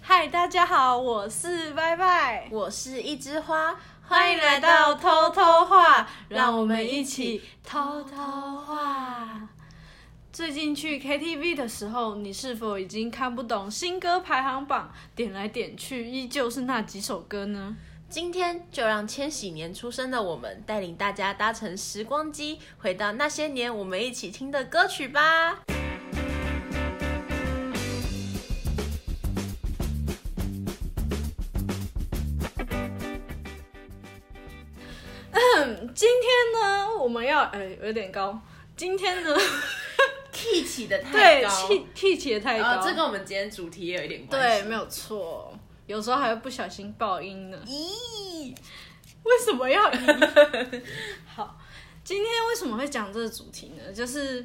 嗨，大家好，我是拜拜，我是一枝花，欢迎来到偷偷话，让让我我们们一一起起偷偷话。最近去 KTV 的时候，你是否已经看不懂新歌排行榜，点来点去依旧是那几首歌呢？今天就让千禧年出生的我们带领大家搭乘时光机，回到那些年我们一起听的歌曲吧。嗯今天呢，我们要哎、有点高，今天 呢，气起的对气气气也太高，呃，这跟我们今天主题也有一点关对系。没有错，有时候还会不小心爆音呢。咦，为什么要以？ 好，今天为什么会讲这个主题呢？就是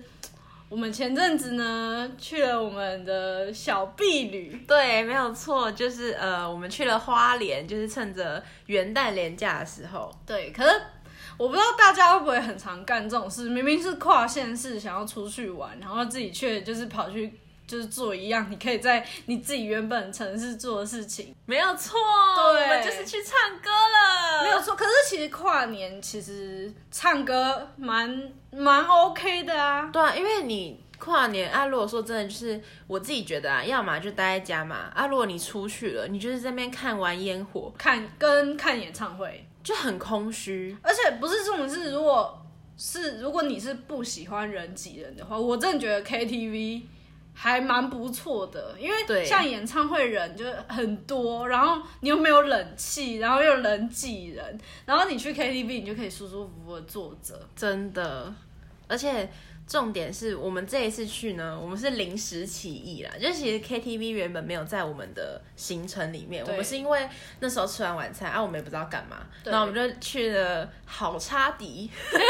我们前阵子呢去了我们的小婢旅，对，没有错，就是呃，我们去了花莲，就是趁着元旦连假的时候，对，可是。我不知道大家会不会很常干这种事，明明是跨县市想要出去玩，然后自己却就是跑去就是做一样你可以在你自己原本城市做的事情，没有错，对我们就是去唱歌了，没有错。可是其实跨年其实唱歌蛮蛮 OK 的啊，对啊，因为你跨年啊，如果说真的就是我自己觉得啊，要么就待在家嘛，啊，如果你出去了，你就是在那边看完烟火，看跟看演唱会就很空虚。而且不是这种事，如果是如果你是不喜欢人挤人的话，我真的觉得 KTV 还蛮不错的，因为对像演唱会人就很多，然后你又没有冷气，然后又人挤人，然后你去 KTV 你就可以舒舒服服的坐着。真的，而且重点是我们这一次去呢，我们是临时起意啦，就其实 KTV 原本没有在我们的行程里面，对我们是因为那时候吃完晚餐啊，我们也不知道干嘛，对然后我们就去了好差迪。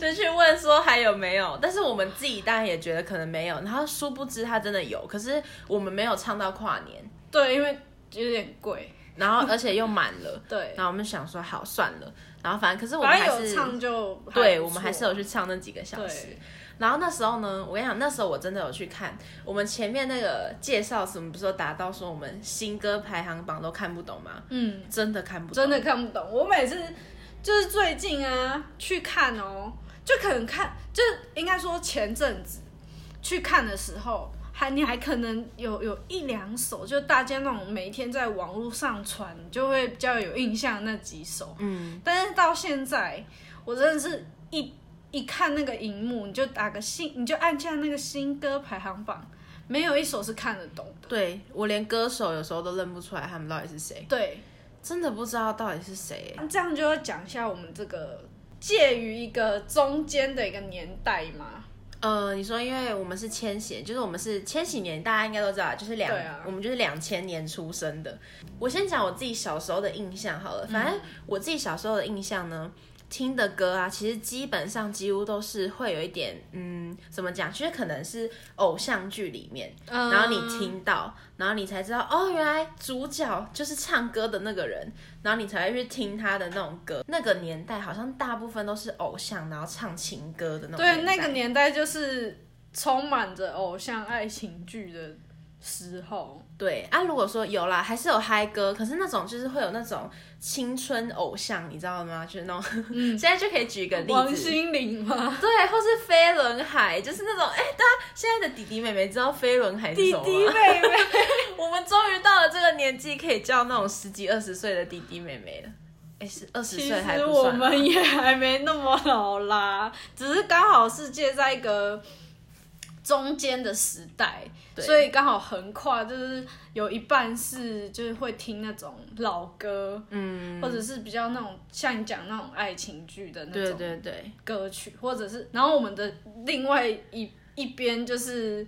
就去问说还有没有，但是我们自己当然也觉得可能没有，然后殊不知他真的有，可是我们没有唱到跨年，对，因为有点贵。然后而且又满了，对，然后我们想说好算了，然后反正可是我们反还正是有唱就还不对，错我们还是有去唱那几个小时对。然后那时候呢，我跟你讲，那时候我真的有去看我们前面那个介绍词，我们不是有达到说我们新歌排行榜都看不懂吗？嗯。真的看不懂，真的看不懂。我每次就是最近啊去看哦，就可能看，就是应该说前阵子去看的时候，还你还可能有有一两首，就大家那种每一天在网络上传，就会比较有印象的那几首。嗯，但是到现在，我真的是一一看那个荧幕，你就打个新，你就按下那个新歌排行榜，没有一首是看得懂的。对我连歌手有时候都认不出来他们到底是谁，对，真的不知道到底是谁欸。这样就要讲一下我们这个介于一个中间的一个年代嘛。呃，你说，因为我们是千禧，就是我们是千禧年，大家应该都知道，就是两，对啊我们就是两千年出生的。我先讲我自己小时候的印象好嗯了，反正我自己小时候的印象呢，听的歌啊，其实基本上几乎都是会有一点，嗯，怎么讲，就是可能是偶像剧里面，嗯然后你，听到，然后你才知道，哦，原来主角就是唱歌的那个人，然后你才会去听他的那种歌。那个年代好像大部分都是偶像，然后唱情歌的那种对年代。那个年代就是充满着偶像爱情剧的时候，对啊，如果说有啦，还是有嗨歌，可是那种就是会有那种青春偶像，你知道吗？就是那种， 现在就可以举一个王例子，心凌嘛，对，或是飞轮海，就是那种，哎、大家现在的弟弟妹妹知道飞轮海是弟什么吗？啊弟妹妹，我们终于到了这个年纪，可以叫那种十几二十岁的弟弟妹妹了。哎、是二十其岁还实不我算啊。们也还没那么老啦，只是刚好是介在一个中间的时代，对所以刚好横跨，就是有一半是就是会听那种老歌，嗯，或者是比较那种像你讲那种爱情剧的那对种对对，歌曲，或者是然后我们的另外一一边就是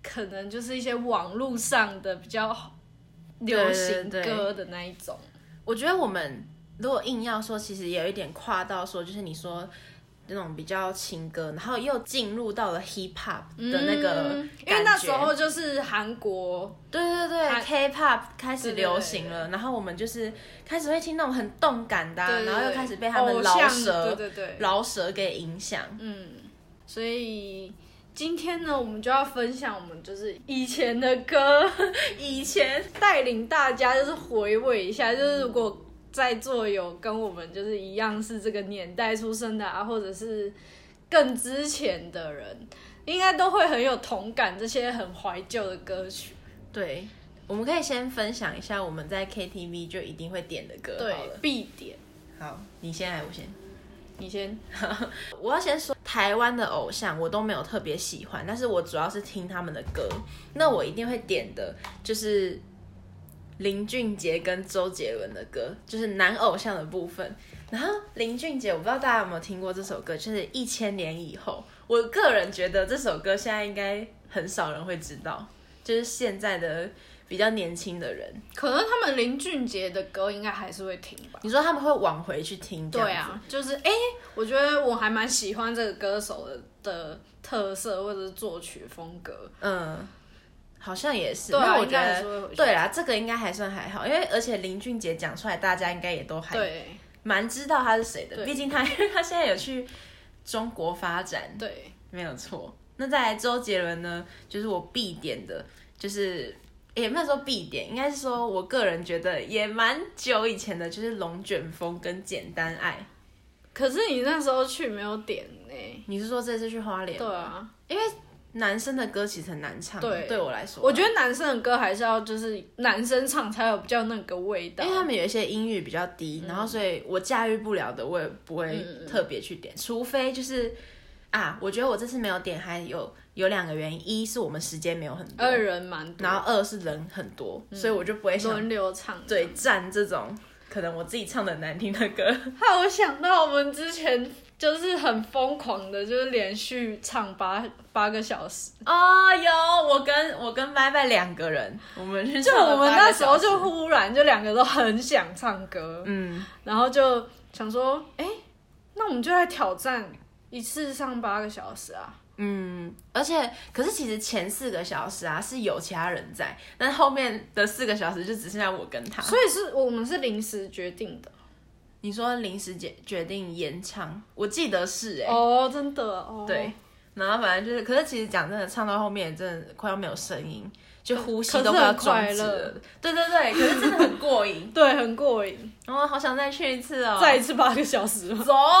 可能就是一些网络上的比较流行对对对歌的那一种。我觉得我们如果硬要说，其实也有一点跨到说，就是你说那种比较情歌，然后又进入到了 hip hop 的那个、嗯因为那时候。就是韩国，对对韩对，K-pop 开对始对对流行了，然后我们就是开始会听那种很动感的啊、对对对然后又开始被他们偶饶像舌对对对，饶舌给影响。嗯，所以今天呢，我们就要分享我们就是以前的歌， 以前带领大家就是回味一下，就是如果在座有跟我们就是一样是这个年代出生的啊，或者是更之前的人，应该都会很有同感这些很怀旧的歌曲。对，我们可以先分享一下我们在 KTV 就一定会点的歌对好了，。必点。好，你先来，我先。你先，我要先说台湾的偶像，我都没有特别喜欢，但是我主要是听他们的歌。那我一定会点的就是林俊杰跟周杰伦的歌，就是男偶像的部分。然后林俊杰，我不知道大家有没有听过这首歌，就是《一千年以后》。我个人觉得这首歌现在应该很少人会知道，就是现在的比较年轻的人。可能他们林俊杰的歌应该还是会听吧。你说他们会往回去听，对，啊，就是哎、我觉得我还蛮喜欢这个歌手的的特色或者是作曲风格。嗯，好像也是。对啊那我应觉该还得是会回去对啦，这个应该还算还好，因为而且林俊杰讲出来，大家应该也都还对蛮知道他是谁的，对毕竟他因为他现在有去中国发展，对，没有错。那再来周杰伦呢，就是我必点的，就是。也没有说必点，应该是说我个人觉得也蛮久以前的，就是《龙卷风》跟《简单爱》。可是你那时候去没有点呢、你是说这次去花莲？对啊，男生的歌其实很难唱，对对啊我来说，我觉得男生的歌还是要就是男生唱才有比较那个味道因为。他们有一些音域比较低，然后所以我驾驭不了的，我也不会特别去点，除非就是啊，我觉得我这次没有点，还有有两个原因，一是我们时间没有很多，二人蛮多然后二是人很多，所以我就不会想轮流唱， 对站这种可能我自己唱的难听 的歌，害啊我想到我们之前就是很疯狂的，就是连续唱八八个小时。哦，有我跟我跟拜拜两个人，我们是就我们那时候就互忽然就两个都很想唱歌，嗯，然后就想说，哎、那我们就来挑战一次上八个小时啊。而且，可是其实前四个小时啊是有其他人在，但后面的四个小时就只剩下我跟他。所以是我们是临时决定的你说临时决决定延长，我记得是哎、哦，真的哦，对，然后反正就是，可是其实讲真的，唱到后面真的快要没有声音，就呼吸都快要终可是止很快了乐。对 对对，可是真的很过瘾，对，很过瘾，然后好想再去一次哦。再一次八个小时吗？走啊！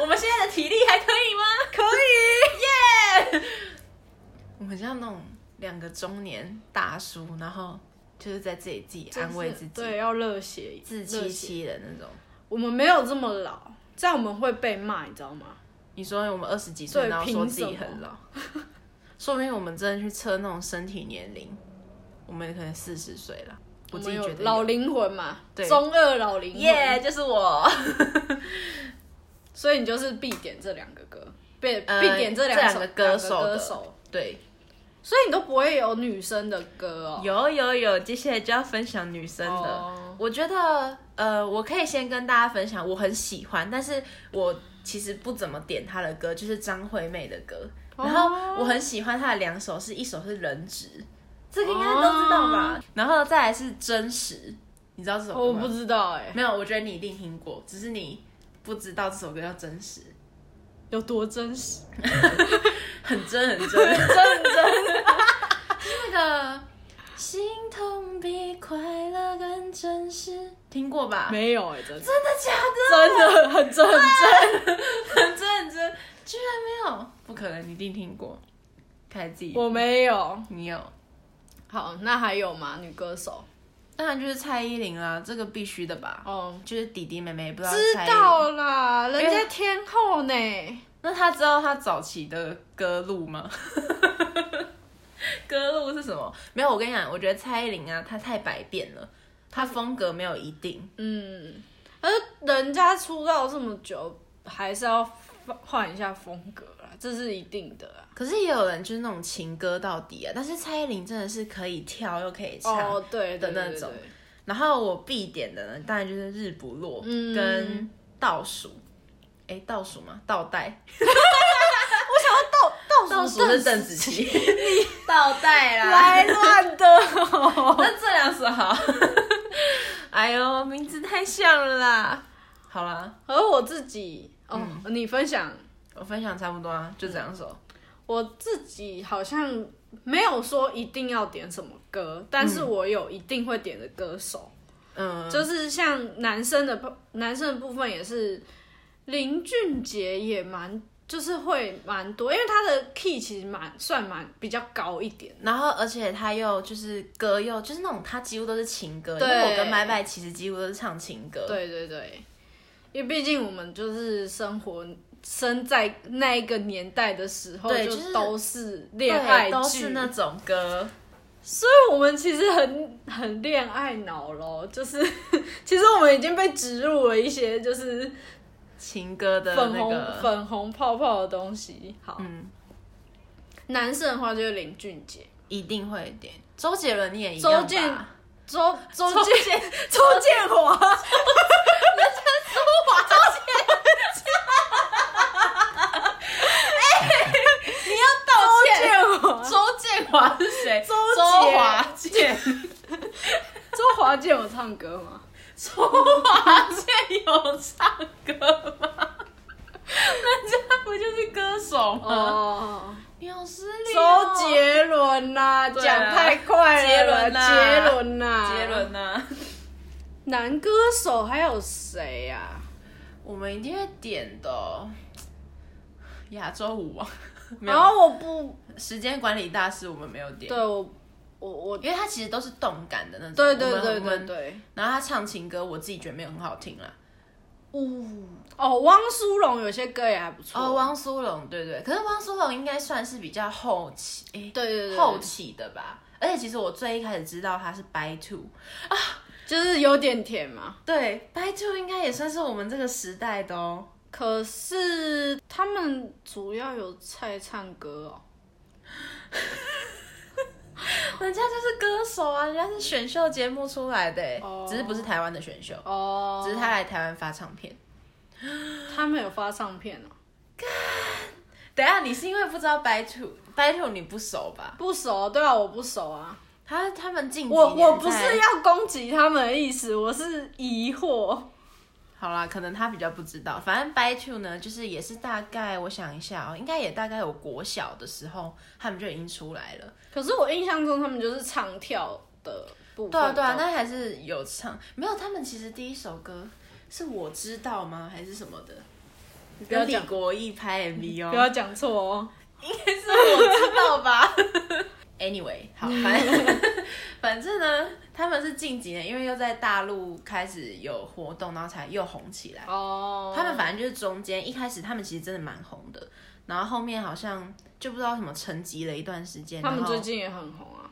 我们现在的体力还可以吗？可以，耶、我们像那种两个中年大叔，然后就是在这里自己安慰自己，对，要热血一，自热血。欺欺人那种。我们没有这么老，这样我们会被骂，你知道吗？你说我们二十几岁，对然后说自己凭什么很老，说不定我们真的去测那种身体年龄，我们可能四十岁了。我自己们觉有得老有灵魂嘛，对中二老灵魂耶就是我。所以你就是必点这两个歌，必、 呃必点这这两两首个歌手的两个歌手，对，所以你都不会有女生的歌哦。有有有，接下来就要分享女生的。哦我觉得，呃，我可以先跟大家分享，我很喜欢，但是我其实不怎么点她的歌，就是张惠妹的歌。然后我很喜欢她的两首，是一首是《人质》，这个应该都知道吧？然后再来是《真实》，你哦知道这首歌我吗？不知道哎、没有，我觉得你一定听过，只是你不知道这首歌叫《真实》，有多真实？很真很真真很真，是那个。 心痛比快乐更真实，听过吧？ 没有哎、真的真的假的？真的很真很真。真认真，居然没有，不可能，你一定听过。凯自己，我没有。你有？好，那还有吗？女歌手？当然就是蔡依林啦，这个必须的吧。哦，哎就是弟弟妹妹不知道知蔡依林道啦，人因家为天后呢。那他知道他早期的歌路吗？歌路是什么？没有，我跟你讲，我觉得蔡依林啊，她太百变了，她风格没有一定。嗯，而人家出道这么久，还是要换一下风格啦，这是一定的啊。可是也有人就是那种情歌到底啊，但是蔡依林真的是可以跳又可以唱，哦，对对的对那种对然后我必点的呢，当然就是日不落、嗯跟倒数。哎，倒数吗？倒带，倒倒数数是哦邓紫棋， 倒带啦。来乱的哦、 那这两首好， 哎呦，名字太像了啦。好啦，嗯而我自己哦，你分享，我分享差不多啊，就这两首。我自己好像没有说一定要点什么歌，但是我有一定会点的歌手，嗯，就是像男生的部男生的部分也是，林俊杰也蛮就是会蛮多，因为他的 key 其实蛮算蛮比较高一点。然后而且他又就是歌又就是那种他几乎都是情歌，因对为我跟麦麦其实几乎都是唱情歌，，对对对，因为毕竟我们就是生活生在那一个年代的时候，对就就是都是恋爱对，都剧是那种歌，所以我们其实很很恋爱脑咯，就是 其实我们已经被植入了一些就是情歌的粉那红、个，粉红泡泡的东西。好，嗯，男生的话就是林俊杰、一定会点。周杰伦你也一周样健吧？啊周周周建、 周建华、 哎周周建华、周建华是谁？周杰华健，周华健有唱歌吗？周华健有唱歌吗？ 人家不就是歌手吗？哦，有实力哦。周杰伦呐，对讲啊太快杰了伦啦，呐杰伦呐，杰伦呢？男歌手还有谁啊呀？我们一定会点的哦亚洲舞王，没然有后我不时间管理大师，我们没有点对，我我我因为他其实都是动感的那种。对对我们对我对们对。然后他唱情歌，我自己觉得没有很好听啦。哦，汪苏泷有些歌也还不错。哦，汪苏泷，对对，可是汪苏泷应该算是比较后期，诶对对对，后期的吧。而且其实我最一开始知道他是 By Two，就是有点甜嘛。对，By Two 应该也算是我们这个时代的哦。可是他们主要有在唱歌哦。人家就是歌手啊，人家是选秀节目出来的诶，哦只是不是台湾的选秀，哦，只是他来台湾发唱片。他们有发唱片哦，等一下，你是因为不知道 By Two，By Two 你不熟吧？不熟，对啊，我不熟啊。他他们近几我年我不才是要攻击他们的意思，我是疑惑。好啦，可能他比较不知道。反正 By Two 呢，就是也是大概，我想一下哦，应该也大概我国小的时候，他们就已经出来了。可是我印象中他们就是唱跳的部分。对啊，对啊，比较那还是有唱。没有，他们其实第一首歌是我知道吗？还是什么的？你不要跟李讲，国义拍 MV 不哦， 要讲错哦。是我知道吧？Anyway，好，反正反正呢，他们是近几年因为又在大陆开始有活动，然后才又红起来。哦，他们反正就是中间一开始他们其实真的蛮红的，然后后面好像就不知道什么沉寂了一段时间。他们然后最近也很红啊。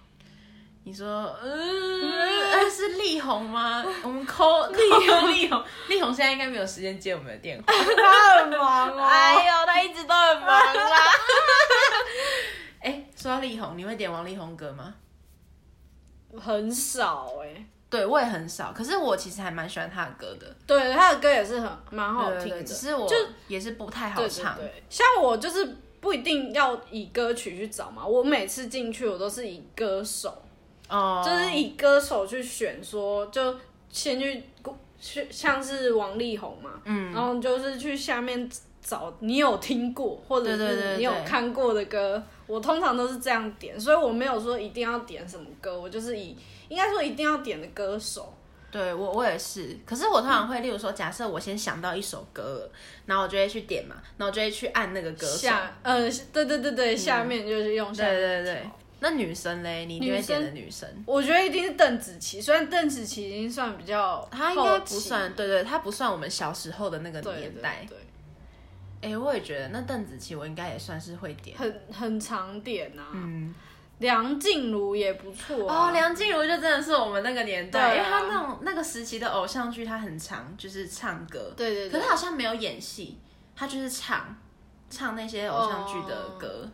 你说，嗯，呃是力宏吗？我们 call 力宏，力宏，力宏现在应该没有时间接我们的电话。哎他很忙哦呦，他一直都很忙啦。 哎、说到力宏，你会点王力宏歌吗？很少哎、对，我也很少，可是我其实还蛮喜欢他的歌的，对，他的歌也是很蛮好对哦听对的，对只是我就也是不太好对唱对。对，像我就是不一定要以歌曲去找嘛，我每次进去我都是以歌手，哦，就是以歌手去选说，就先去去像是王力宏嘛，嗯，然后就是去下面找你有听过或者对对对是对你有看过的歌，我通常都是这样点，所以我没有说一定要点什么歌，我就是以应该说一定要点的歌手，对我我也是，可是我通常会，例如说，假设我先想到一首歌了，然后我就会去点嘛，然后我就会去按那个歌手。嗯下呃对对对对，下面就是用下对面对对，那女生嘞，你一定会点的女生，我觉得一定是邓紫棋，虽然邓紫棋已经算比较后期，她应该不算，对对，她不算我们小时候的那个对年对代。对，哎、我也觉得，那邓紫棋我应该也算是会点。很很常点呐、啊。嗯，梁静茹也不错、啊、哦，梁静茹就真的是我们那个年代，对啊因为她那种那个时期的偶像剧，她很常就是唱歌，对对可对是，她好像没有演戏，她就是唱唱那些偶像剧的哦歌。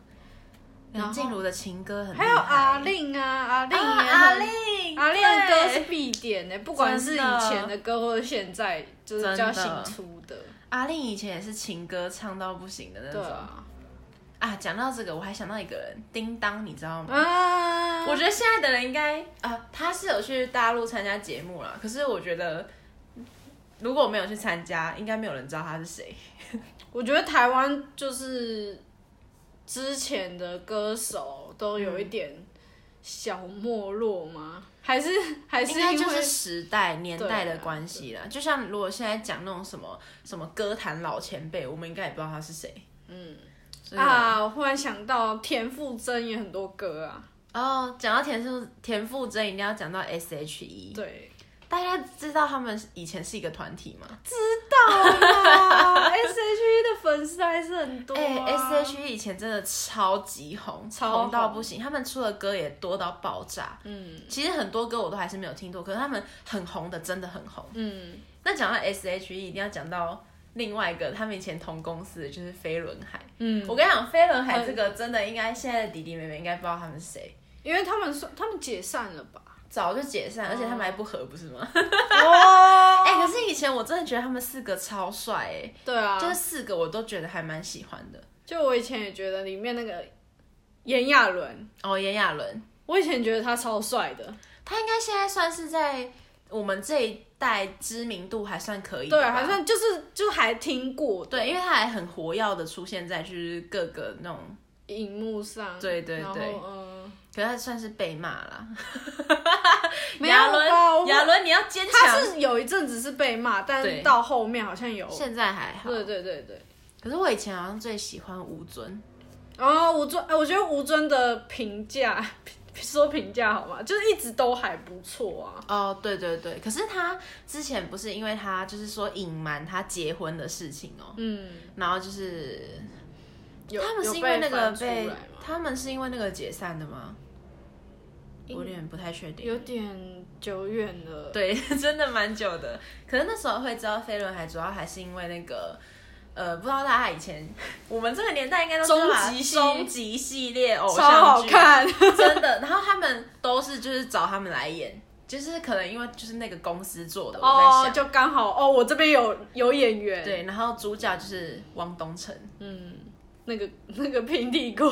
然后梁静茹的情歌很厉害还有阿令啊，阿令也啊很、阿令，阿令的歌是对必点的、不管是以前的歌或者现在就是比较真的新出的，阿令以前也是情歌唱到不行的那对种啊，啊。讲到这个，我还想到一个人，叮当，你知道吗？啊，我觉得现在的人应该啊，他是有去大陆参加节目啦，可是我觉得。如果我没有去参加，应该没有人知道他是谁。我觉得台湾就是之前的歌手都有嗯一点小没落吗？还是还是应因该为就是时代年代对啊的关系啦。就像如果现在讲那种什么什么歌坛老前辈，我们应该也不知道他是谁。嗯，啊，啊？我忽然想到田馥甄也很多歌啊，哦，讲到田馥田馥甄，一定要讲到 S H E。对，大家知道他们以前是一个团体吗？到啦 S H E 的粉丝还是很多、啊。哎、s H E 以前真的超级红，超红红到不行，他们出的歌也多到爆炸。嗯其实很多歌我都还是没有听过，可是他们很红的真的很红。嗯，那讲到 S H E，一定要讲到另外一个他们以前同公司的就是飞轮海。嗯，我跟你讲，飞轮海这个真的应该现在的弟弟妹妹应该不知道他们是谁，因为他们说他们解散了吧？早就解散，而且他们还不和，不是吗？哦，哎、可是以前我真的觉得他们四个超帅哎、对啊，就是四个我都觉得还蛮喜欢的。就我以前也觉得里面那个炎亚纶，哦，炎亚纶，我以前觉得他超帅的，他应该现在算是在我们这一代知名度还算可以的对，啊吧，好像就是就还听过对，因为他还很活跃的出现在就是各个那种，荧幕上，对对然后对嗯，可是他算是被骂啦。没有亚吧我纶，亚纶你要坚他强。是有一阵子是被骂，但对到后面好像有，现在还好，对对对对。可是我以前好像最喜欢吴尊，哦，吴尊，哎我觉得吴尊的评价， 说评价好吗？就是一直都还不错啊。哦，对对对，可是他之前不是因为他就是说隐瞒他结婚的事情哦，嗯，然后就是有他们是因为那有个被翻出来吗他们是因为那个解散的吗？我有点不太确定，有点久远了。对， 真的蛮久的。可是那时候会知道飞轮海，主要还是因为那个。呃，不知道大家以前， 我们这个年代应该都知道吧终极系终极系列偶超像剧，好 看，真的。然后他们都是就是找他们来演，就是可能因为就是那个公司做的，我在哦，想。就刚好哦，我这边有有演员，，对，然后主角就是汪东城，嗯，那个那个平底 锅，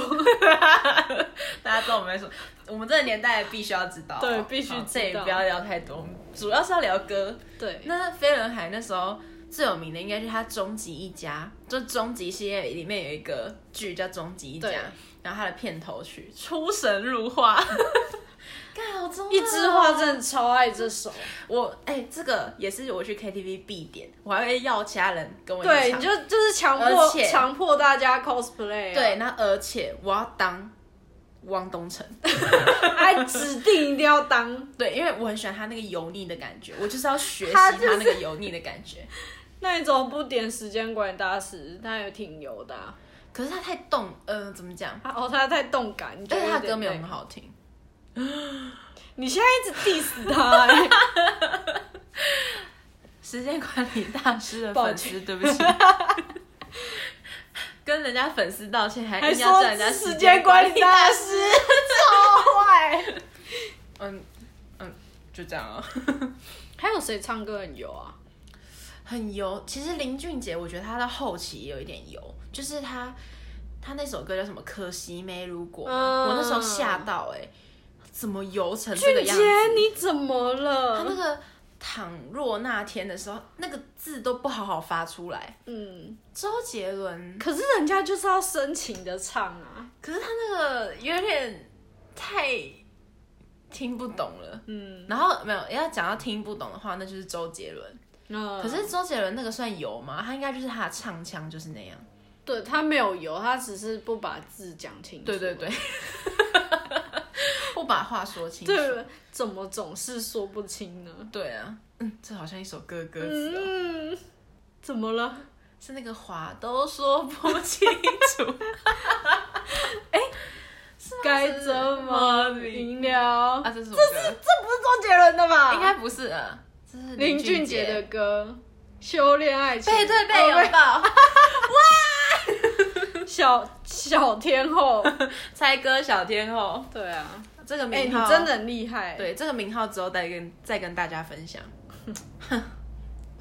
大家知道我们在说，我们这个年代必须要知道哦，对必须好知这也道不要聊太多，我们主要是要聊歌。对，那飞轮海那时候最有名的应该就是他《终极一家》，就《终极》系列里面有一个剧叫《终极一家对》，然后它的片头曲出神入化， 干好 中、一枝花。真的超爱这首，我哎、这个也是我去 KTV 必点，我还会要其他人跟我一起对，唱你就就是强而迫且强迫大家 cosplay，啊 对，，那而且我要当汪东城，还哎指定一定要当，对，因为我很喜欢他那个油腻的感觉，我就是要学习他他就是那个油腻的感觉。那你怎么不点时间管理大师？他也挺油的啊、可是他太动，呃，怎么讲？他哦，他太动感，你觉但得哎是他有点歌没有那很个好听。你现在一直 diss 他、哎 时间管理大师的抱粉丝，对 不起，跟人家粉丝道歉，还还硬要说叫人家时间管理大大师，超坏。 嗯嗯，就这样啊，还有谁唱歌很油啊？很油。其实林俊杰，我觉得他到后期也有一点油，就是他他那首歌叫什么？可惜没如果嘛，嗯我那时候吓到哎、欸怎么油成这个俊样杰子？，你怎么他了？那个倘若那天的时候，那个字都不好好发出来。嗯，周杰伦，可是人家就是要深情的唱啊。可是他那个有点太听不懂了。嗯，然后没有要讲到听不懂的话，那就是周杰伦。那可是周杰伦那个算油吗？他应该就是他的唱腔就是那样。对他没有油，他只是不把字讲清楚。对对对， 不把话说清楚。对，怎么总是说不清呢？对啊，嗯，这好像一首歌的歌词哦、嗯，怎么了？是那个话都说不清楚。该怎么明了？ 啊，这是这是这不是周杰伦的吧应该不是啊，这是林俊杰的歌《修炼爱情》，背对背拥抱，哦小小天 后。猜歌小天后对啊，这个哎，名你号真的很厉害。对这个名号之后再跟再跟大家分享，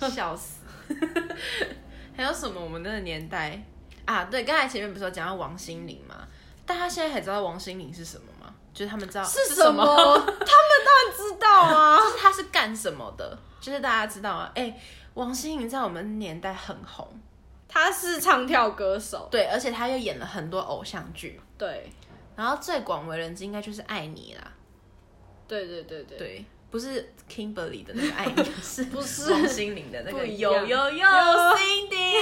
笑死。 还有什么我们那个年代啊？对，刚才前面不是有讲到王心凌吗？大家现在还知道王心凌是什么吗？就是他们知道是什什么？ 他们当然知道啊。 就是他是干什么的？就是大家知道啊，哎、王心凌在我们年代很红，他是唱跳歌手，对，而且他又演了很多偶像剧，对然后最广为人知应该就是《爱你》啦，对对对 对，对，不是 Kimberly 的那个《爱 你》，是不是王心凌的那不个一有样有有有 Cindy，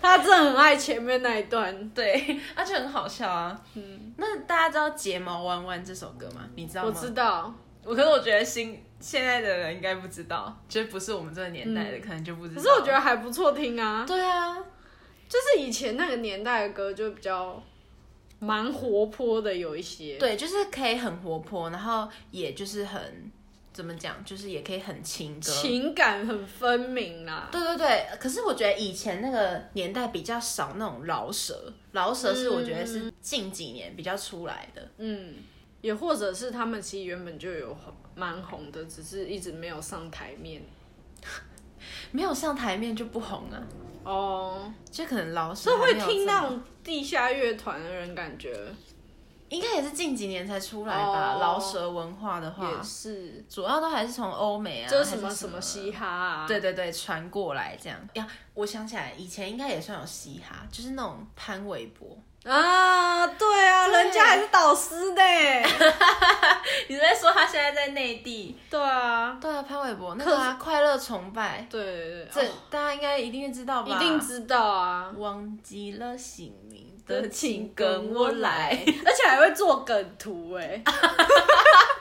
他真的很爱前面那一段， 对，而且很好笑啊。嗯，那大家知道《睫毛弯弯》这首歌吗？你知道我吗？知道，我可是我觉得新现在的人应该不知道，就是不是我们这个年代的，嗯可能就不知可道。是我觉得还不错听啊，对啊，就是以前那个年代的歌就比较蛮活泼的，有一些，对，就是可以很活泼，然后也就是很怎么讲，就是也可以很情歌。情感很分明啊啦，对对对，可是我觉得以前那个年代比较少那种饶舌，饶舌是我觉得是近几年比较出来的。嗯，也或者是他们其实原本就有蛮红的，只是一直没有上台面没有上台面就不红啊，哦，就可能老师这会听那种地下乐团的人感觉应该也是近几年才出来吧。哦饶舌文化的也话，是，主要都还是从欧美啊，就是还啊什是么什什么嘻哈啊，对对对，传过来这样呀。我想起来，以前应该也算有嘻哈，就是那种潘玮 柏。啊，对啊，对人家还是导师呢， 你在说他现在在内地？对啊，对啊，潘玮柏那个、啊、快乐崇拜，对对对，这、哦大家应该一定知道吧？一定知道啊。忘记了姓名的的，请跟我 来。， 而且还会做梗图哎、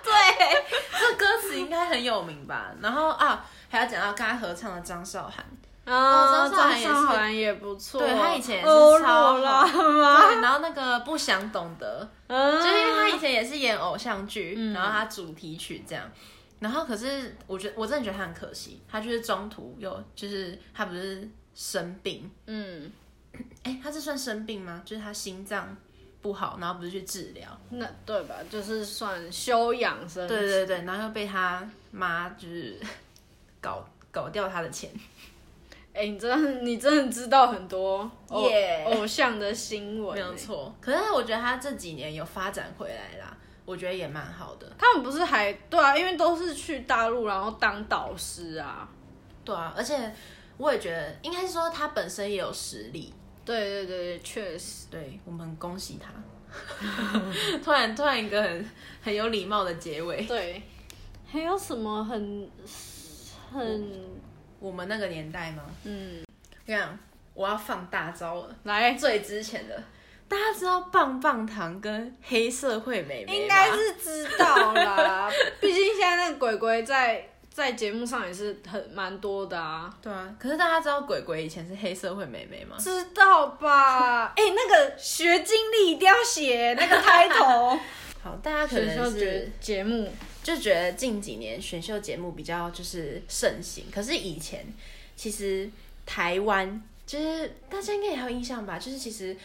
这歌词应该很有名吧？然后啊，还要讲到跟他合唱的张韶涵，啊张韶涵也是张韶涵也不错，哦对她以前也是欧超若拉吗？对，然后那个不想懂得，嗯，就是因为他以前也是演偶像剧，然后他主题曲这样。然后可是我觉得我真的觉得他很可惜，他就是中途又就是他不是生病，嗯，哎，他是算生病吗？就是他心脏不好，然后不是去治疗，那对吧？就是算修养生，对对对，然后又被他妈就是搞搞掉他的钱，哎、你真的你真的知道很多偶 Yeah 偶像的新闻、欸没有。错。可是我觉得他这几年有发展回来啦，我觉得也蛮好的。他们不是还对啊，因为都是去大陆然后当导师啊。对啊，而且我也觉得，应该是说他本身也有实力。对对对对，确实。对我们很恭喜他。 突然突然一个很很有礼貌的结尾，对，还有什么很很我们那个年代吗？嗯，这样我要放大招了，来，最之前的。大家知道棒棒糖跟黑社会美眉吗应该是知道 啦。毕竟现在那个鬼鬼在在节目上也是很蛮多的啊。对啊，可是大家知道鬼鬼以前是黑社会美眉吗？知道吧？ 哎、那个学经历一定要写那个开头，好，大家可选秀能节是节目，就觉得近几年选秀节目比较就是盛行，可是以前其实台湾就是大家应该也还有印象吧，就是其实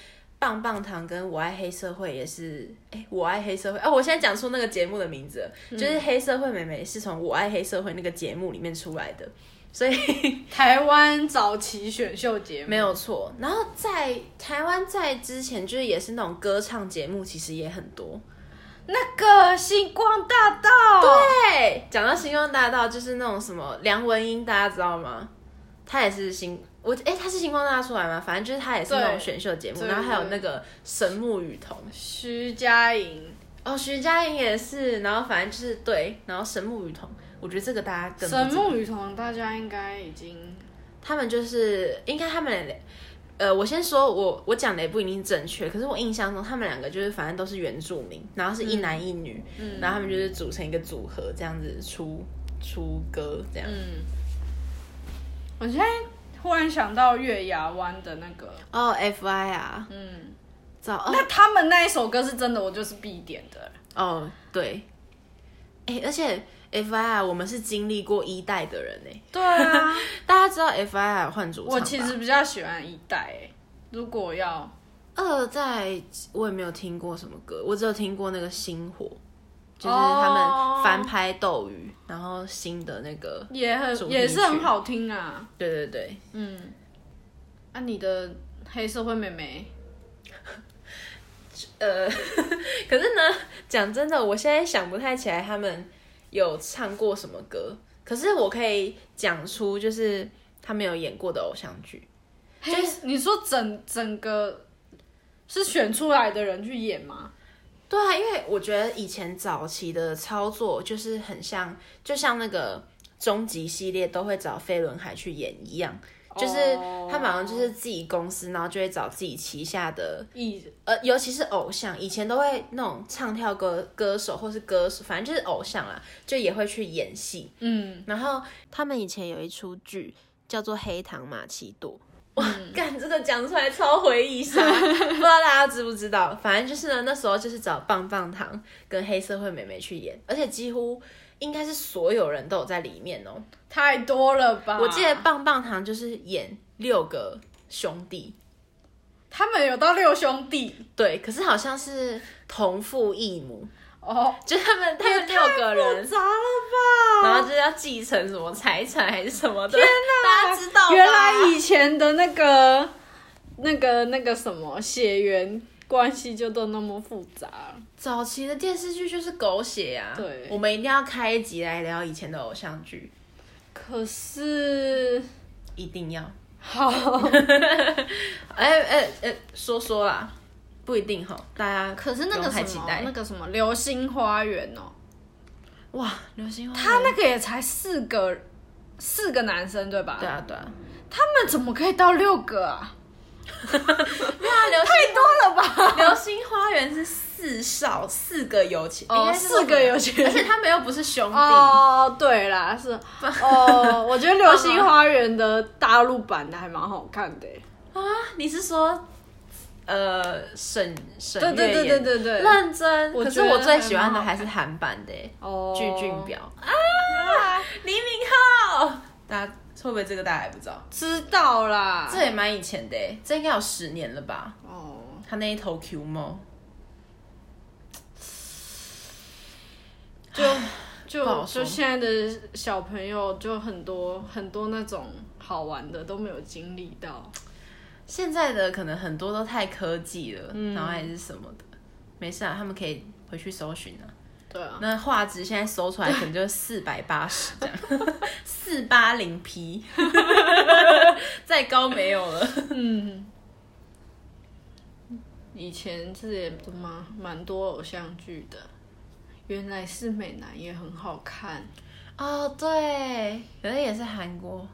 棒棒糖跟我爱黑社会也是，哎、我爱黑社会哦，我现在讲出那个节目的名字了，就是黑社会美眉是从我爱黑社会那个节目里面出来的，所以 台湾早期选秀节目，没有错。然后在台湾在之前就是也是那种歌唱节目，其实也很多。那个星光大道，对，讲到星光大道，就是那种什么梁文音，大家知道吗？他也是星，我哎、他是星光大道出来吗？反正就是他也是那种对选秀节目，对然后还有对那个神木雨桐，徐佳莹，哦，徐佳莹也是，然后反正就是对，然后神木雨桐，我觉得这个大家更不神知道木雨桐，大家应该已经他们就是应该他们，呃，我先说我我讲的也不一定正确，可是我印象中他们两个就是反正都是原住民，然后是一嗯男一女，然后他们就是组成一个组合这样子出出歌这样。嗯，我现在忽然想到月牙湾的那个，哦，F I 啊，嗯，早哦那他们那一首歌是真的，我就是必点的，哦对，哎、而且 F I 啊，我们是经历过一代的人哎、对啊，大家知道 F I 啊换主唱 吧我其实比较喜欢一代、欸，如果要。二代我也没有听过什么歌，我只有听过那个星火，就是他哦们翻拍斗鱼，然后新的那个，也主很题也是很曲好听啊。对对对，嗯，啊，你的黑社会妹妹，呃，可是呢，讲真的，我现在想不太起来他们有唱过什么歌，可是我可以讲出就是他们有演过的偶像剧，就是你说整整个是选出来的人去演吗？对啊，因为我觉得以前早期的操作就是很像，就像那个终极系列都会找飞轮海去演一样，就是哦他们好像就是自己公司，然后就会找自己旗下的，以呃，尤其是偶像，以前都会那种唱跳歌歌手或是歌手，反正就是偶像啦，就也会去演戏。嗯，然后他们以前有一出剧叫做《黑糖玛奇朵》。哇，干这个讲出来超回忆杀，不知道大家知不知道？反正就是呢，那时候就是找棒棒糖跟黑社会妹妹去演，而且几乎应该是所有人都有在里面哦。太多了吧？我记得棒棒糖就是演六个兄弟，他们有到六兄弟对，可是好像是同父异母，哦，就是他们他们六个人砸了吧？然后就是要继承什么财产还是什么的。天大家知道吧原来以前的那个、那个、那个什么血缘关系就都那么复杂。早期的电视剧就是狗血啊。对我们一定要开一集来聊以前的偶像剧，可是，一定 要。好，哎哎哎，说说啦，不一定哈，大家可是那不个用太什期么待，嗯那个什么《流星花园》哦，哇，流星花园他那个也才四个，四个男生对吧？对啊对啊，他们怎么可以到六个啊？对啊，流星太多了吧？流星花园是四少四个有钱，哦应该是四个有钱 而且他们又不是兄弟，哦，对啦，是 哦，我觉得《流星花园》的大陆版的还蛮好看的 欸。啊，你是说，呃，沈沈对对月对演对对对认真。我可觉是得我最喜欢的还蛮好还看是韩版的耶哦，具俊表、李敏镐，大家会不会这个大家还不知道？知道啦。这也蛮以前的耶，这应该有十年了吧？哦，他那一头 Q 猫，就不好就说就现在的小朋友，就很多很多那种好玩的都没有经历到。现在的可能很多都太科技了，然后还是什么的，没事啊，他们可以回去搜寻啊。对啊，那画质现在搜出来可能就四百八十这样， 四八零 P，再高没有了。以前这也都蛮蛮多偶像剧的，原来是美男也很好看。哦，对，可能也是韩国，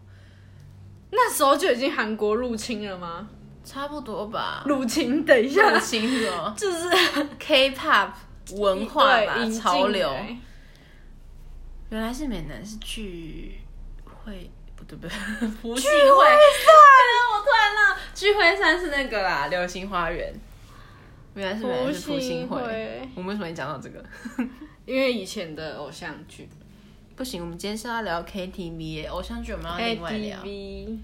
那时候就已经韩国入侵了吗？差不多吧。入侵，等一下，不清楚就是 K-pop 文化吧对，引进欸潮流。来原来是美男是聚会，不对不对， 不聚聚会散。我突然让聚会散是那个啦，《流星花园》。原来是美男是福星福星会会。我们为什么会讲到这个？因为以前的偶像剧不行，我们今天是要聊 KTV，耶偶像剧我们要另外聊。 KTV，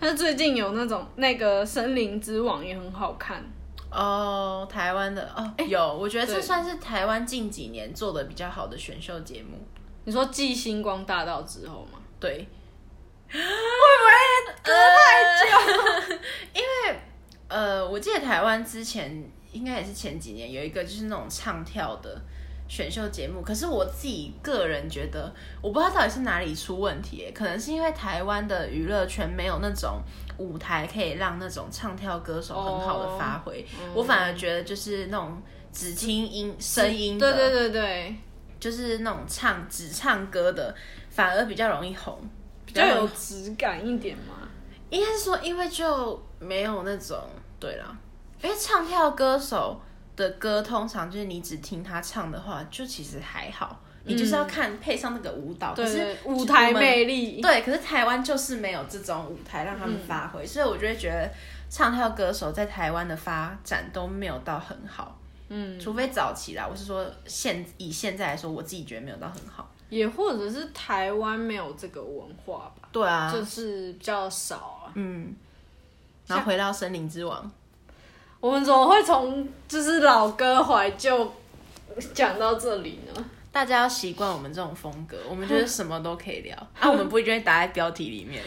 那最近有那种那个《森林之王》也很好看，哦，台湾的哦，有，我觉得这对算是台湾近几年做的比较好的选秀节目。你说继星光大道之后吗？对，会不会隔太久？ 因为呃，我记得台湾之前应该也是前几年有一个就是那种唱跳的选秀节目，可是我自己个人觉得，我不知道到底是哪里出问题欸耶，可能是因为台湾的娱乐圈没有那种舞台可以让那种唱跳歌手很好的发挥，哦我反而觉得就是那种只听音声音的，嗯对对对对，就是那种唱只唱歌的，反而比较容易红，比比较容有易质感一点嘛。应该是说，因为就没有那种对啦，因为唱跳歌手的歌通常就是你只听他唱的话，就其实还好，你就是要看配上那个舞蹈。对可是对，舞台魅力力，对，可是台湾就是没有这种舞台让他们发挥，所以我就会觉得唱跳歌手在台湾的发展都没有到很好。嗯，除非早期啦，我是说现以现在来说，我自己觉得没有到很好。也或者是台湾没有这个文化吧，对啊，就是比较少啊。嗯，然后回到森林之王，我们怎么会从就是老歌怀旧讲到这里呢？大家要习惯我们这种风格，我们就是什么都可以聊，啊，我们不一定会打在标题里 面，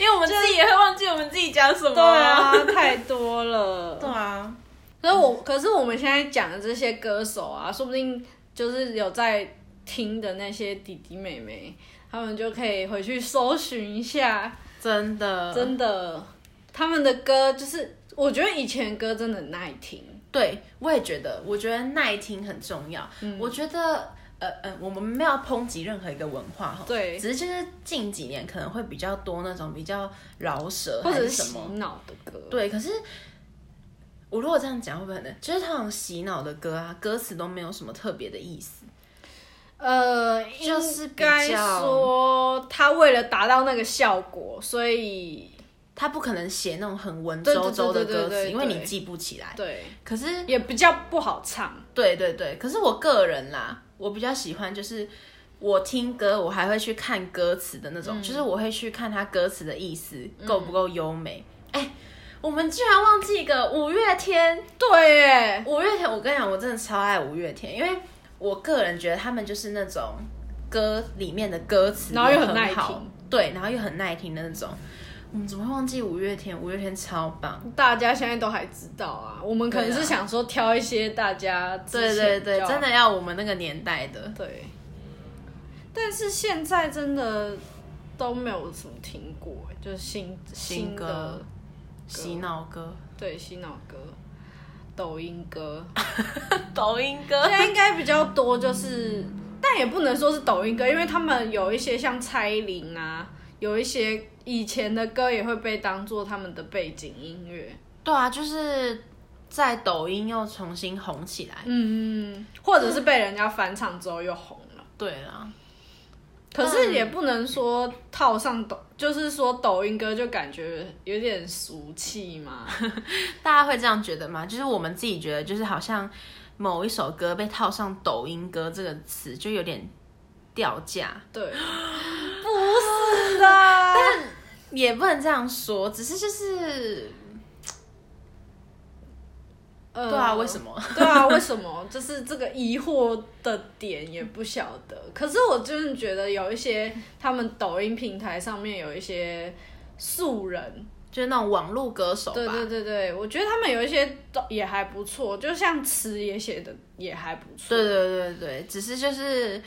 因为我们自己也会忘记我们自己讲什么。对啊，太多 了。对啊，可是我，可是我们现在讲的这些歌手啊，说不定就是有在听的那些弟弟妹妹，他们就可以回去搜寻一下真的，真的，他们的歌就是，我觉得以前的歌真的很耐听。对，我也觉得，我觉得耐听很重要。我觉得，呃呃，我们没有抨击任何一个文化哈，对只是就是近几年可能会比较多那种比较饶舌或还者是是洗什么，脑的歌，对，可是。我如果这样讲会不会很？就是他种洗脑的歌啊，歌词都没有什么特别的意思。呃，就是应比该较说他为了达到那个效果，所以他不可能写那种很文对对绉绉的对对对歌词，对因为对你记不起来。对可是也比较不好唱。对对对，可是我个人啦，我比较喜欢就是我听歌，我还会去看歌词的那种，就是嗯我会去看它歌词的意思够不够优美。哎、我们居然忘记一个五月天，对耶，五月天，我跟你讲，我真的超爱五月天，因为我个人觉得他们就是那种歌里面的歌词，然后又很很耐好听，对，然后又很耐听的那种。我们怎么会忘记五月天？五月天超棒。大家现在都还知道啊。我们可能对啊是想说挑一些大家之对对前对，比较真的要我们那个年代的。对，但是现在真的都没有什么听过，就是新新歌的洗 脑歌、对洗脑歌、抖音歌，抖音现歌，在应该比较多，就是但也不能说是抖音歌，因为他们有一些像蔡依林啊，有一些以前的歌也会被当做他们的背景音乐，对啊，就是在抖音又重新红起来。嗯，或者是被人家翻唱之后又红了。对啦，可是也不能说套上抖，就是说抖音歌就感觉有点俗气嘛。 大家会这样觉得吗？就是我们自己觉得，就是好像某一首歌被套上抖音歌这个词，就有点掉价。对， 不是的，也不能这样说，只是就是，呃对啊，为什？么？ 对啊，为什么？就是这个疑惑的点也不晓得。可是我真的觉得有一些他们抖音平台上面有一些素人，就是那种网络歌手吧。对对对对，我觉得他们有一些都也还不错，就像词也写的也还不错。对对对对，只是就是，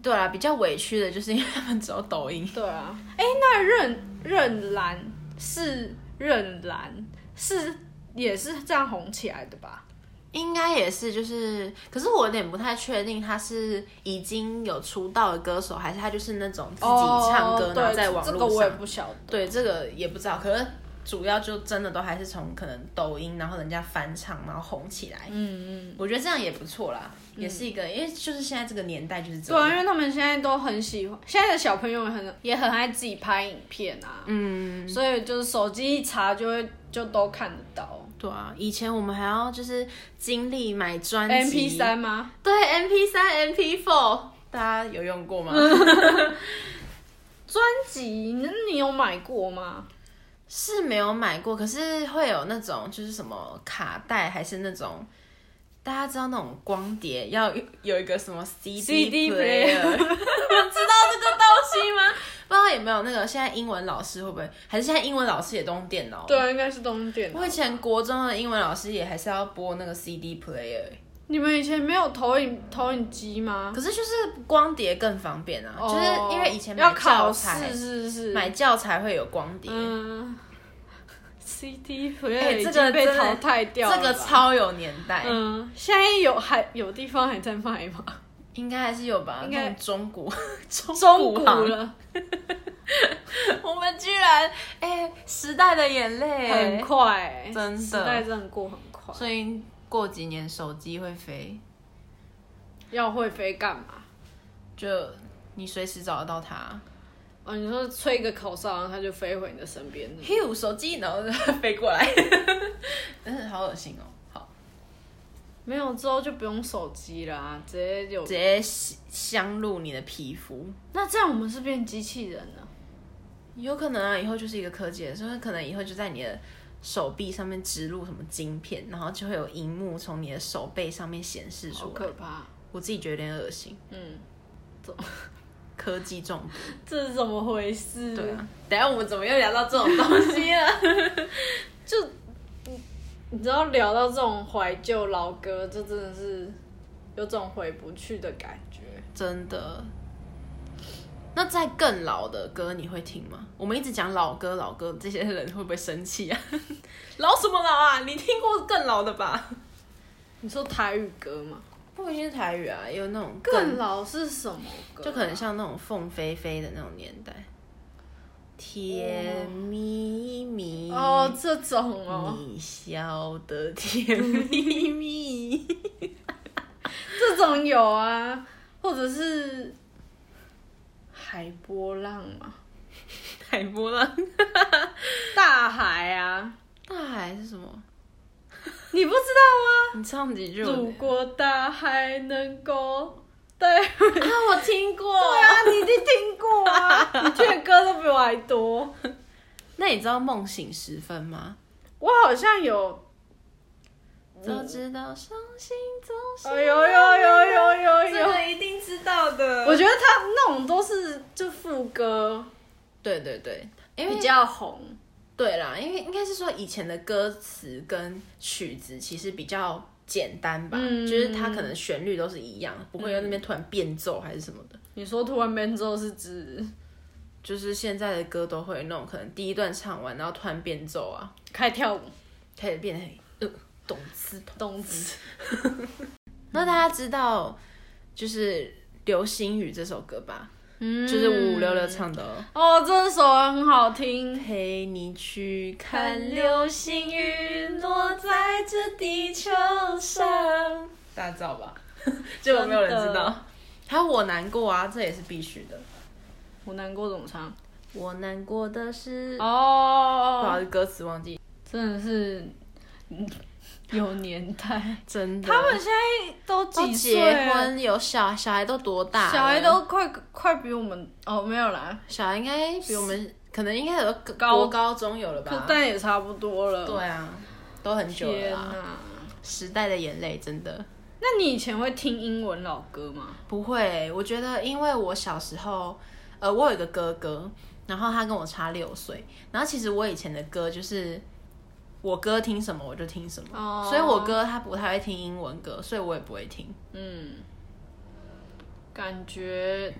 对啊，比较委屈的就是因为他们只有抖音。对啊，哎、那任任兰是任兰是也是这样红起来的吧？应该也是，就是，可是我有点不太确定，他是已经有出道的歌手，还是他就是那种自己唱歌，哦然后对，在网这个络我也上。不晓得。对，这个也不知道，可是主要就真的都还是从可能抖音，然后人家翻唱，然后红起来。嗯嗯，我觉得这样也不错啦，也是一个，因为就是现在这个年代就是这对啊，样。因为他们现在都很喜欢，现在的小朋友也很也很爱自己拍影片啊，嗯，所以就是手机一查就会就都看得到。对啊，以前我们还要就是经历买专辑 M P 三吗？对 MP 三、MP four，大家有用过吗？专辑那你有买过吗？ 是没有买过，可是会有那种就是什么卡带，还是那种大家知道那种光碟要有有一个什么 CD CD player， player 你们 知道这个东西吗？不知道有没有那个现在英文老师会不会，还是现在英文老师也都用电脑？ 对，啊，应该是东电。我以前国中的英文老师也还是要播那个 CD player，你们以前没有投影投影机吗？可是就是光碟更方便啊，哦就是因为以前要买考教试材，是不是？买教材会有光碟，嗯，CD player、哎已这经个被真的淘汰掉了这吧，个超有年代。嗯，现在有还有地方还在卖吗？应该还是有吧，应该那种中 古中 中古行，了，我们居然哎、时代的眼很泪，快欸、哎真的时代真的过很快。所以过几年手机会飞，要会飞干嘛？就你随时找得到它。哦，你说吹一个口哨，然后它就飞回你的身边。咻，手机然后就飞过来， 嗯，好恶心哦。好，没有之后就不用手机啦、直接有直。接吸镶入你的皮肤，那这样我们是变机器人了。有可能啊，以后就是一个科技了，所以可能以后就在你的。手臂上面植入什么晶片，然后就会有荧幕从你的手背上面显示好出来。可怕。我自己觉得有点恶心，嗯，科技中毒。这是怎么回事？对啊，等一下我们怎么又聊到这种东西 了？就你你知道聊到这种怀旧老歌，就真的是有种回不去的感觉。真的，那在更老的歌你会听吗？我们一直讲老歌老歌，这些人会不会生气啊？老什么老啊？你 听过更老的吧？你说台语歌吗？不一定是台语啊，也有那种更老是什么歌啊、就可能像那种凤飞飞的那种年代，甜蜜蜜哦，这种哦，你笑得甜蜜蜜， 这种有啊，或者是海波浪啊嘛，海波浪，大海啊，大海是什么？你不知道你唱几句吗？我？如果大海能够带啊，我听过。 对啊，你一定听过啊， 你去的歌都比我还多。那你知道梦醒时分吗？我好像有，早知道伤心总是哎呦呦呦呦呦这呦，个一定知道的。我觉得他那种都是就副歌对对对，因为比较红，对啦，因为应该是说以前的歌词跟曲子其实比较简单吧，嗯就是它可能旋律都是一样，不会有那边突然变奏还是什么的。你说突然变奏是指就是现在的歌都会有那种可能第一段唱完，然后突然变奏啊，开跳舞开始变成呃懂词懂。动词，那大家知道就是《流星雨》这首歌吧？嗯就是五五六六唱的、哦。哦，这首很好听。陪你去看流星雨落在这地球上，大家知道吧？ 结果没有人知真的道。还有我难过啊，这也是必须的。我难过怎么唱？我难过的是，不好哦，意思，歌词忘记。真的是嗯有年代。真的，他们现在都都几结岁啊？婚有小小孩都多大了？小孩都快快比我们哦没有啦，小孩应该比我们可能应该有个高国高中有了吧？但也差不多了。啊对啊，都很久天了哪、啊、时代的眼泪，真的。那你以前会听英文老歌吗？不会，我觉得因为我小时候，呃，我有一个哥哥，然后他跟我差六岁，然后其实我以前的歌就是我哥听什么我就听什么哦所以我哥他不太会听英文歌，所以我也不会听。嗯，感觉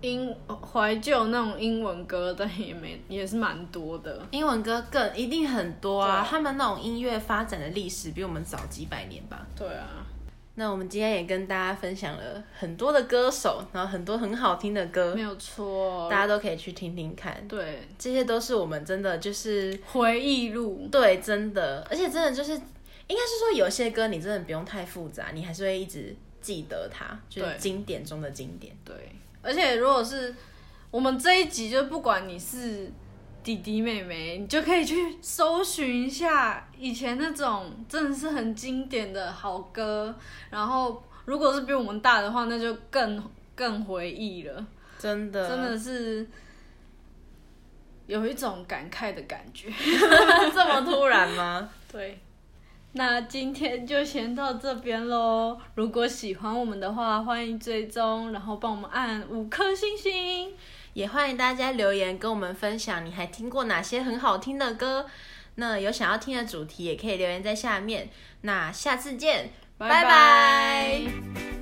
英怀旧那种英文歌，但也没也是蛮多的。英文歌更一定很多啊，对他们那种音乐发展的历史比我们早几百年吧。对啊，那我们今天也跟大家分享了很多的歌手，然后很多很好听的歌没，有错大。家都可以去听听看。对，这些都是我们真的就是回忆录。对，真的，而且真的就是，应该是说有些歌你真的不用太复杂，你还是会一直记得它，就是对经典中的经典。对，而且如果是我们这一集，就不管你是弟弟妹妹，你就可以去搜寻一下以前那种真的是很经典的好歌。然后，如果是比我们大的话，那就更更回忆了，真的，真的是。有一种感慨的感觉， 这么突然吗？对。那今天就先到这边喽。如果喜欢我们的话，欢迎追踪，然后帮我们按五颗星星。也欢迎大家留言跟我们分享，你还听过哪些很好听的歌？那有想要听的主题，也可以留言在下面。那下次见，拜拜。拜